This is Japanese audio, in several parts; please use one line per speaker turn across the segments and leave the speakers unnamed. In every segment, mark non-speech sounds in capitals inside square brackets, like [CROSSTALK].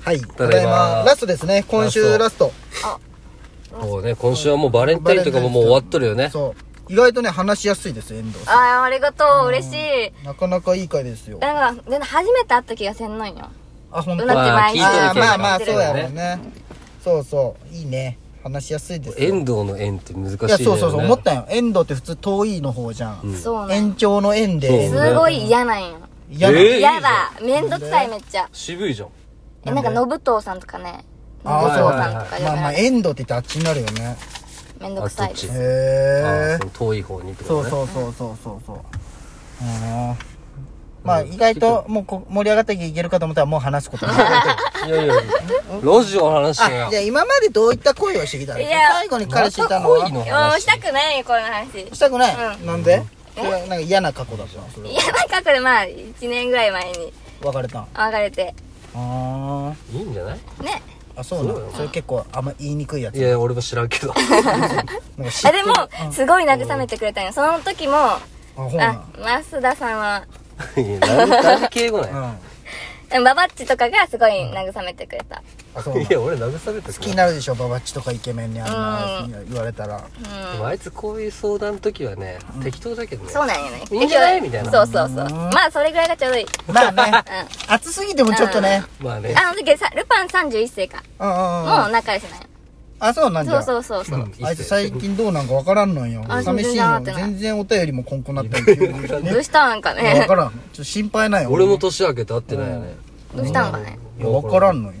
はい。
ただいま
ラストですね。今週ラスト。
そうね、今週はもうバレンタインとかももう終わっとるよね。
そう。意外とね、話しやすいです、遠藤さ
あーありがとう嬉しい
ん。なかなかいい回ですよ。
なんか全然初めて会った気がせんのんよ
あ、ほん
う
と。
なってま
まあ
い
聞いとる
あー
けど
まあまあ、そうや
ね
ろうね。そうそう。いいね。話しやすいですよ。
遠藤の円って難しい
い
ね。
や、そうそうそう。思ったよ。遠藤って普通遠いの方じゃん。
そうね
延長の円で。
そう
すごい嫌なんよ
嫌な
えー
嫌だめんどくさいめっちゃ
渋いじゃん。
えなんか信藤さんとかね信
あー
藤さんとか
まあまあ、
で
遠藤って言ってあっちになるよね。
めんどくさいです
あそっ
へ
あ
え
ーそ。の遠い方にって
そ
こと
う
ね。
そうそうそうそうそう。あーまあ、意外と、もうこ、盛り上がっていけるかと思ったら、もう話すことない。
いやいや、路地を話してよ
じゃ。あ、今までどういった恋をしてきたの
いや
最後に彼氏いたの
また恋の
は
もうしたくないよこういう話
したくない。なんでそれはなんか嫌な過去だったのそれは
嫌な過去でまあ1年ぐらい前に
別れたん。
別れて
あ
いいんじゃない
ね
ーあ、そうな
そう
の
よ
それ結構、あんま言いにくいやつ。
いや、俺も知ら
[LAUGHS]
んけど。
なんか知
あ
って
で
る
もすごい慰めてくれたんよその時もあ
あ、ほうなの
増田さんはい
や何、何敬語なんや。
うんババッチとかがすごい慰めてくれた
うん。そうなの
いや、俺慰めた
好きになるでしょ、ババッチとかイケメンにあんな言われたら。
でもあいつこういう相談の時はね、適当だけどね。
そうなんよね
いいんじゃないみたいな
そうそうそうまあそれぐらいがちょうどいい
まあね、暑すぎてもちょっとね。
まあね。
あの時さルパン31世か
うんうんうん。
もう仲良しなんよ
あ、そうなんじ
そ
ゃ
うそうそうそう
あいつ最近どうなんかわからんのよ
あ。
寂しい
全然な
の。
ってない
全然お便りもこんこな [LAUGHS] ったり急にね。
どうしたんか
わ
ね
からん。ちょっと心配ないよ。
俺も年明けて会ってないよね。
どうしたんかね
いやわからんのよ。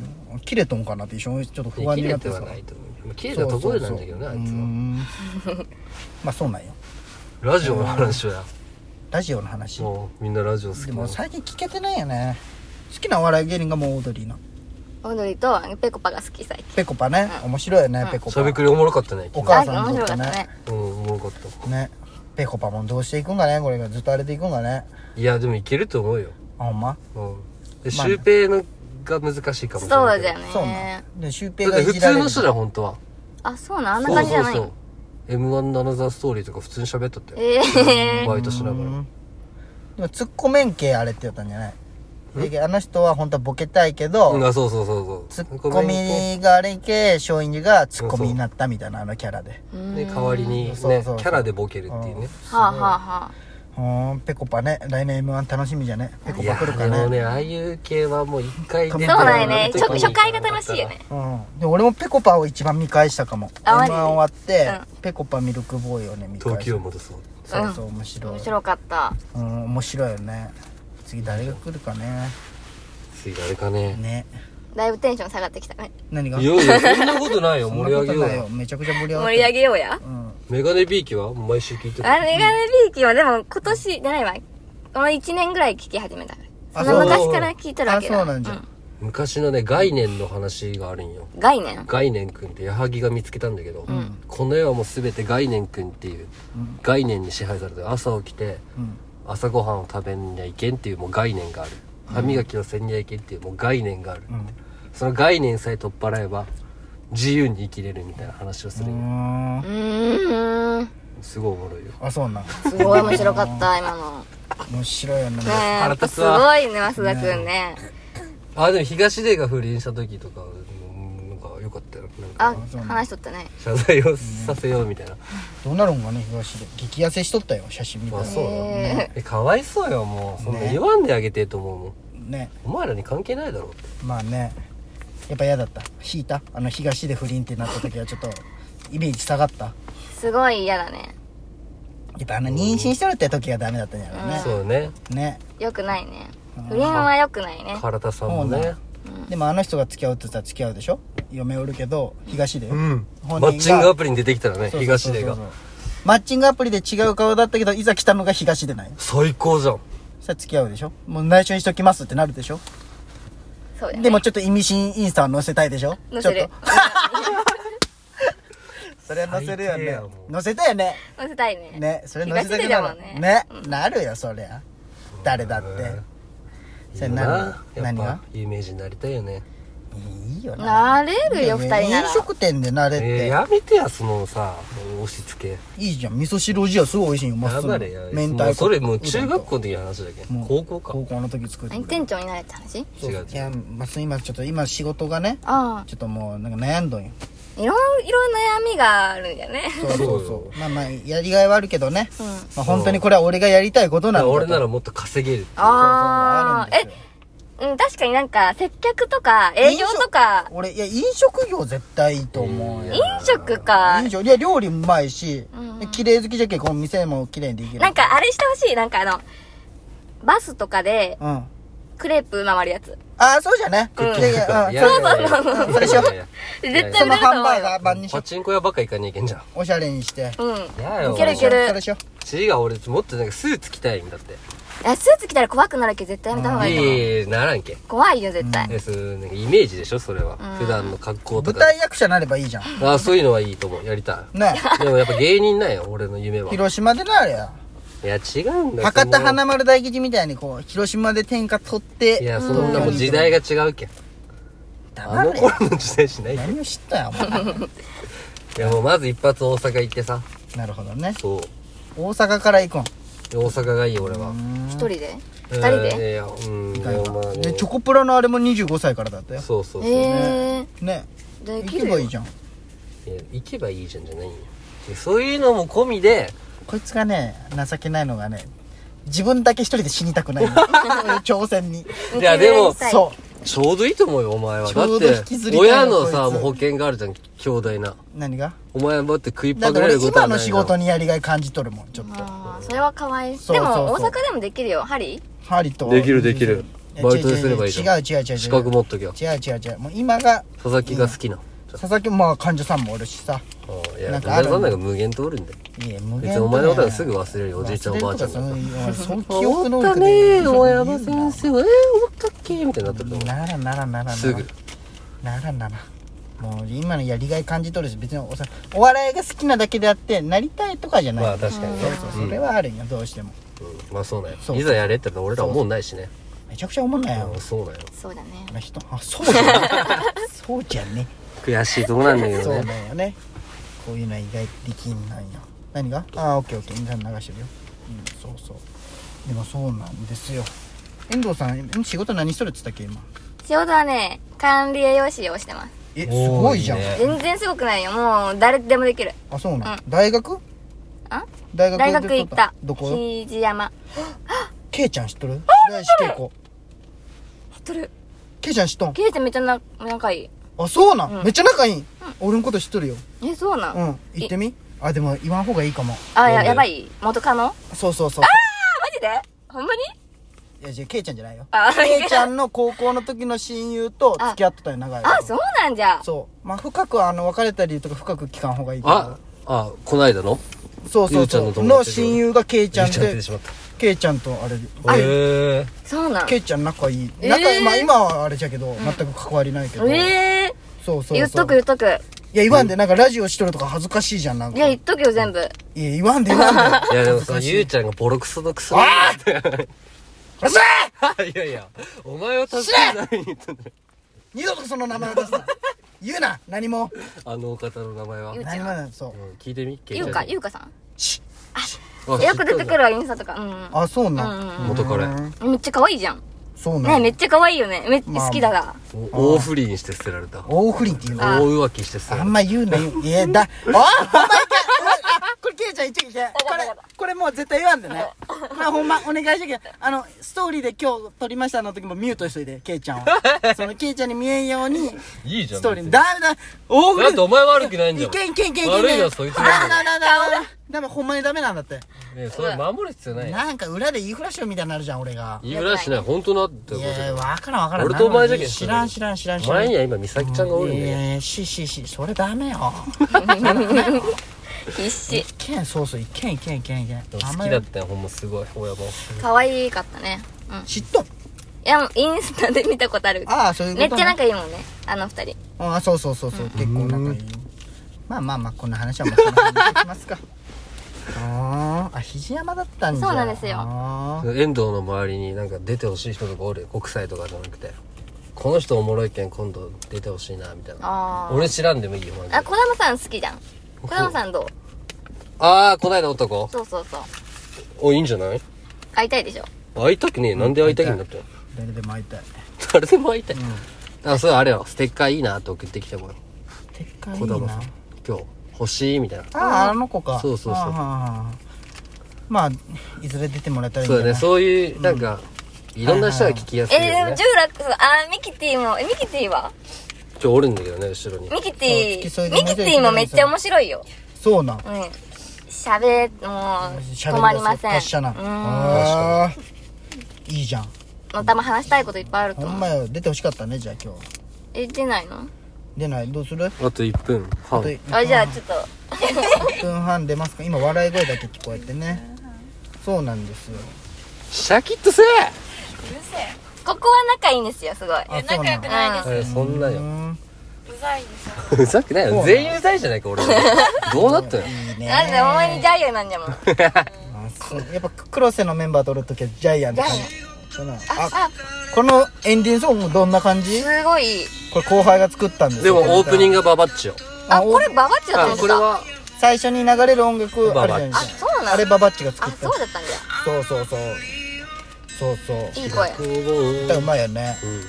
切れとんかなって一瞬ちょっと不
いや
安
切
にな
れ
ってて
は
さ。
ないと思う。切れたところなんだけどね、あいつ
うー
は。
んまあそうなんよ。
ラジオの話をや。
ラジオの話。
もう、みんなラジオ好き
で
な
も
の。
最近聞けてないよね。好きなお笑い芸人がもうオードリーの。
オードリーとペコパが好き最近
ペコパね。面白いよね、ペコ
しゃ
パ。
べくりおもろかったね。
お
昨
母
あ
さん
面
にと
白
っ
か
て
った
ね
ね。
日うん、おもろかった。
ね。ペコパもどうしていくんかね、これがずっとあれでいくんかね。
いや、でもいけると思うよ。
あ、ほんま
うん。で、
まあね
シュウペイのが難しいかもしれない。
そうだよ
そうな
ね
ん。で、シュウペイ
だっ
が
て
い
普
じられ
通
る。
の人だよ、本当は。
あそうなんあんな感じじゃない
そうそうそう。M1 のアナザーストーリーとか普通に喋っとったよ。
ええ
バイトしながら。
でもツッコめん系あれって言ったんじゃないであの人は本当はボケたいけど、
うん、あ、そうそうそう
ツ
そう。
ッコミがあれけ松陰寺がツッコミになったみたいなあのキャラで
ね、代わりにね、キ
そうそうそう
ャラでボケるっていうね。
はあはあはあ
うーんぺこぱね来年 m 1楽しみじゃねぺこ
い
ぱ
や
来るか
でも
ね
ね、ああいう系はもう一回出
そう
て
そうなんよねちょっと初回が楽しいよね。
うん、で俺もぺこぱを一番見返したかも m
あマジ
1終わって、
う
ぺこぱミルクボーイをね見返
東
した
京戻そう。
そうそう面白い、
面白かった
うん、面白いよね次誰が来るかね
次あれかね。
ね
だいぶテンション下がってきたね
何が
いやいや、 [LAUGHS] そんなことないよ、盛り上
そ
げよ
んなこ
う
とない
よ。
めちゃくちゃ盛り上がっ
盛
て
り上げようや
うん
メガネビーキは毎週聞いてる
あ。メガネビーキはでも今年じゃないわこの1年ぐらい聞き始めた
あ
その昔から聞いてるわ
あ
け
そ
だ
うなんじゃん、
昔のね、概念の話があるんよ。
概念
概念くんって矢作が見つけたんだけど、この世はもう全て概念くんっていう概念に支配されてる朝起きて
うん
朝ごはんを食べにゃいけんっていうもう概念がある歯磨きをせんにゃいけんっていうもう概念がある、
ん
その概念さえ取っ払えば自由に生きれるみたいな話をするん
う
よ
ーん
うーん
すごいおもろいよ
あそうなん
[LAUGHS]
すごい面白か
[LAUGHS]
った今の
面白いよね
ねえやっぱすごいね増田くんね
あでも東出が不倫した時とかうんなんかよかったよなんか
あ話しとったね
謝罪をさせようみたいな、
どうなるんかね東で激痩せしとったよ写真見た
あ
ら
そうなの、
へ
えかわいそうよもうそんな
ね
言わんであげてと思うもん
ね
お前らに関係ないだろうって
まあねやっぱ嫌だった引いたあの東で不倫ってなった時はちょっとイメージ下がったや
すごい嫌だね
っぱあの妊娠してるって時がダメだったんやろね
そうね
ね
よくないね不倫はよくないね
唐田さんもね
でもあの人が付き合うって言ったら付き合うでしょ嫁おるけど東でよ
うん
本人
マ
が
ッチングアプリに出てきたらね
そうそうそ
東
うそう
出が
マッチングアプリで違う顔だったけどいざ来たのが東出ない
最高じゃん
さ付き合うでしょもう内緒にしときますってなるでしょ
そうだね
でもちょっと意味深インスタは載せたいでしょ
載
ち
せ
ょ
る
[LAUGHS]
っとそれは載せるよ
最低
ね
やもう
載せたよね
載せたいね
ねそれ載せたく
東出
な
だ
る
もんね
ねなるよそりゃ誰だって
うん
それ
いいよな
何
やっ
何が
ぱ有名人になりたいよね
いいよな
なれるよ、二人なら
飲。食店で慣れ
えー
て、
やめてやそのさ押し付け
いいじゃん味噌汁おじやすごい美味しいよまっす
や
ぐ
ばれや
明
も
太
う
子
それもう中学校の時の話だけ
も
ど
う
高校か
高校の時作って
何店長になれって話
そう
違う違う
いやまっすぐ今ちょっと今仕事がね
あ
ちょっともうなんか悩んどんよ
あ。いろいろ悩みがあるんだよね。
そう
そう
そうそうまあまあやりがいはあるけどね、
うん。
まあ、本当にこれは俺がやりたいことな
だから
の
俺な
ら
らもっと稼げるっていう
ああ、え、うん、確かになんか、接客とか、営業とか、
俺いや飲食業絶対いいと思うよ
いい
飲食か
飲。食いや料理うまいし、
うん
で綺麗好きじゃけこの店も綺麗にできる
なんか、あれしてほしい。なんかあの、バスとかで、
うんあ
クレープ回るやつ。
あそうじゃね、
うん
いやいやうん
[LAUGHS] いやいやいやいや
そうそうそう
それしよう
いやいやい
絶
や
対売れ
その
ると思う
ハンバーガー版に
や
しよ
パチンコ屋ばっか行かにいけんじゃん
うおしゃれにして
うん。
やよ
いけるいける
それしよ
違う俺もっとなんかスーツ着たいんだって
いや、スーツ着たら怖くなるけど絶対やめた方がいいと思う。
いいならんけ
怖いよ、絶対。
えそういうなんかイメージでしょそれは
ん
普段の格好
う
と
舞
か
台役者になればいいじゃん
ああそういうのはいいと思うやりたい
ね [LAUGHS]
でもやっぱ芸人なんよ俺の夢は
広島でなれや
いや違うんだよ
博多
その
華丸大吉みたいにこう広島で天下取って
いやそんなもう時代が違うけんあ
黙
の
れよ
頃の時代しないけんい
何を知ったんやお前 [LAUGHS]
やもうまず一発大阪行ってさ
なるほどね
そう
大阪から行こ
で大阪がいい俺は
一人で
え
二人
ー
で
いやうん
う
でもまあね
でチョコプラのあれも25歳からだったよ
そうそうそうい
ええ
ね
ー、
行
でき
け
る
ば
よ
いいじゃん
や行けばいいじゃんじゃないんよでそういうのも込みで
こいつがね情けないのがね自分だけ一人で死にたくないのそういう挑戦に
いやでも
はい
そ
ちょうどいいと思うよお前は
ちょ
だ
う
っ
ど引きずり
て
たいな
親のさ
こいつ
もう保険があるじゃん兄弟な
う何が
お前はだって食いっ
だ
ぱ
って
ぐれ
俺
ること
今
はな
の
い
仕事
に
にやりがい感じ取るもんちょっと
あーそれはかわい
そ
そうで
そうそう
も大阪でもできるよハリー
ハリと
できるできる
いや
バイトですればいいじゃん
違う違う違う違う
資格持っときゃ
違う違う違うもう今が
佐々木が好きな
佐々木もまあ患者さんもおるしさ
うんいや
な
なんん
かある
さんなんか無限とおるんだよ
いや無限
別にお前のことはすぐ忘れるよおじいちゃんおばあちゃんだ
そう
か
いうそういう
ら
記憶能
思
力
ったねー
そう
大
いうの
山先生えー思ったっけみたいになってると思う
ならならならなら
すぐ
ならならもう今のやりがい感じ取るし別におさお笑いが好きなだけであってなりたいとかじゃない、
まあ確かにね
そうそうそれはあるんよどうしても
うんまあそうだよ
そう
いざやれって言ったら俺ら思うないしね
めちゃくちゃ思んないよ
うんそうだよ
そうだね
この人あそうじゃねそうじゃね
悔しいとこなんだけ
そ
ど
う
ね
だよねこういうのは意外とできんないよ何がああオッケーオッケーみんな流してるようんそうそうでもそうなんですよ遠藤さん仕事何しとるっつったっけ今
仕事はね管理栄養士をしてます
えす
おー
ごいじゃん
いいね
全然すごくないよもう誰でもできる
あそうなん、
うん
大学
あ
大学
大学行った
どこ
肘山
ケイちゃん知っとる白石恵子
知っとる
ケイちゃん知っとん
ケイちゃんめっちゃな仲いい
あそうなん、めっちゃ仲いい、俺のこと知っとるよ
えそうな
うん
ん
行ってみあでも言わん方がいいかも
あ
なん
や
で
やばい元カノあマ
そうそうそう
ジでほんまに
いやじゃあケイちゃんじゃないよ
あ
ケイちゃんの高校の時の親友と付き合ってたよ長い間
あそうなんじゃ
そうまあ深くあの別れた理由とか深く聞かん方がいいけ
あ
ど
あこないだの
そうそ
ゆ
う
うちゃん
そ
の
う
友
の
達で
親友がケイちゃん
言っちゃって
で
しまった
ケイちゃんとあれ
へえ
そうなん
ケイちゃん仲いい仲いい
えー
まあ今はあれじゃけど全く関わりないけど
ええ
そうそうそう
言っとく言っとく
いや言わんでなんかラジオしとるとか恥ずかしいじゃんなんか
いや言っとくよ全部
いや言わんで言わんで
いやでもさ、ゆうちゃんがボロクソのクソだなって。
うるせえ
[LAUGHS] いやいや、お前を助けないに
二度とその名前を出すな言うな何
[LAUGHS]
も
[LAUGHS] あのお方の名前は。う
ゆ
ん
うち
何もだそう
聞いてみ
ゆうかゆうかさん
シ
あ
よく出てくる。わインスタとか
ッ
う
あそうな
うんん元カレ
んめっちゃ可愛いじゃん
そうな
ね
ん
めっちゃ可愛いよねめっち
まあ
ゃ好きだが
知っとるお大不倫して捨てられた。
大不倫っていうの
大浮気して捨て
あ
ら
ん
れ
ま言うなよ。いや、
[LAUGHS]
だ、おいお前いけあこれ、ケイちゃん、いっちゃいけ。これ、これもう絶対言わんでね。これはほんま、お願いしとけ。あの、ストーリーで今日撮りましたの時もミュートしといて、ケイち
[LAUGHS]
ゃんは。その、ケイちゃんに見えんように、
た。いいじゃ
ス
ん。
トーリーに。
別に
だめだ、大
だってお
い
前悪くないんじゃん。
けんいけんいけんいけん。
悪いのはそいつ
だ。
な
だ
んだよ
だだだだめ、ほんまにダメなんだって。
ねえそれ守る必要ないよ。
なんか裏で言いふらしようみたいになるじゃん、俺が。
言いふらしない。本当なって
い
思うけ
や、
ど。
わからんわからん。
俺とお前じゃけん
知らん知らん知らん知らん。
前には今、美咲ちゃんがおるん
い
だよ。
やいや、ししし、それダメよ。
必死
一軒そうそう一軒一軒一軒一軒
でも好きだったよ、ほんますごい、親も。
可愛かったねうん
知っとん
いやインスタで見たことある
ああそういうこと
めっ
ね
ちゃ仲いいもんねあの二人
ああそうそうそうそう結構仲いいまあまあまあこんな話はもうこんな話できますかあーあ肘山だったんじゃ
そうなんですよ
あー
遠藤の周りになんか出てほしい人とかおるよ国際とかじゃなくて。この人おもろいけん今度出てほしいなみたいな
あー
俺知らんでもいいよマジで
あ、小玉さん好きじゃん。小玉さんどう
ああこないだ男
そうそうそう。
おいいんじゃない
会いたいでしょ。
会いたくねえなんで会いたくなったの
誰でも会いたい
誰でも会いたい、あそうあれよステッカーいいなって送ってきてもらう
でっかい
児
な
玉さん今日欲しいみたいな
あああの子か
そうそうそう
ああああああまあいずれ出てもらえたらいいん
そ
じゃ
うだ
ない
ねそういうなんか、いろんな人が聞きやすい
え
よね、
でも、ジューラックス、あー、ミキティも、え、ミキティは
ちょおるんだけどね後ろに
ミキ
そう
テ
付き添い
ィ、
で
ミキティもめっちゃ面白いよ。
そうなん
うん。喋、もう、
喋
止まりません。
達者な
うん。
あーいいじゃん
のたま話したいこといっぱいあると
ほん
思う。
まよ出てほしかったねじゃあ今日
え、出ないの
出ないどうする
あと1分
あ
半
と1
あ、じゃあちょっと、
分半出ますか今笑い声だけ聞こえてねそうなんですよ
シャキッとせえ
うるせえ
ここは仲いいんですよ、すごい。
あ
え
そ
仲
うな
良
ん
くないです
あれそんな
う
よ
ん
うざいです
うざくないよ全員うざいじゃない [LAUGHS] か俺はどうなったよ
いいね
なんで、お前にジャイアンなんじゃもん。
あそうやっぱ黒瀬のメンバーとるときはジャイアンって感
ジ
じそうなんあ
あ、
このエンディングソングどんな感じ
すごい。
これ後輩が作ったんです
で
よ
もオープニン
グ
グはババッチよ
あ、これババッチだと思
あ
っ
これ
てた。
は
最初に流れる音楽あるじゃないですか
ババッチあそうなの
あれババッチが作
あ、
った
そうだったんだよ。
そうそうそうそうそう
いい声。
歌うまいよね
うん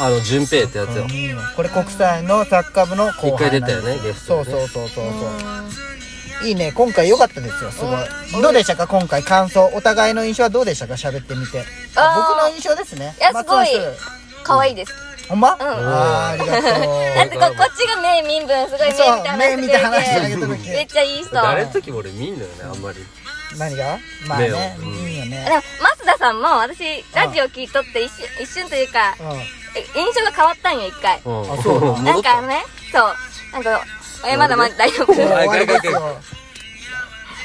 あの順平ってやつよ
うんこれ国際のサッカー部の後輩なんです
一回出たよねゲス
そ
ト
う
でね
そうそうそうそういいね今回良かったですよすごいどうでしたか今回感想お互いの印象はどうでしたか喋ってみて
あー
僕の印象ですね
いやすごい
松尾
可愛いです。
氏ほんま
ん
あーありが [LAUGHS]
だっ
と
てここっちが目見ん分すごいう
そ
目
う目見
見
て
て
話
話
してあ
して
げ
く
た
れ
時
てめっちゃいい人でも
誰の時も俺見んのよねあんまり
何がまあね
目をうん
いいよね
増田さんも私ラジオ聞いとって一瞬一瞬とい
[LAUGHS]
うか
う
え印象が変わったんよ一回
うん
あそうなの
な
戻
ん
った
かねそうなんかえまだまだ
[LAUGHS]
大丈夫
んもう終わりですよ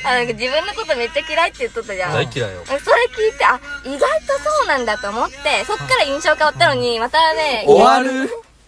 あなんか自分のことめっちゃ嫌いって言っとったじゃん
大嫌いよ
それ聞いてあ意外とそうなんだと思ってそっから印象変わったのにまたね
終わる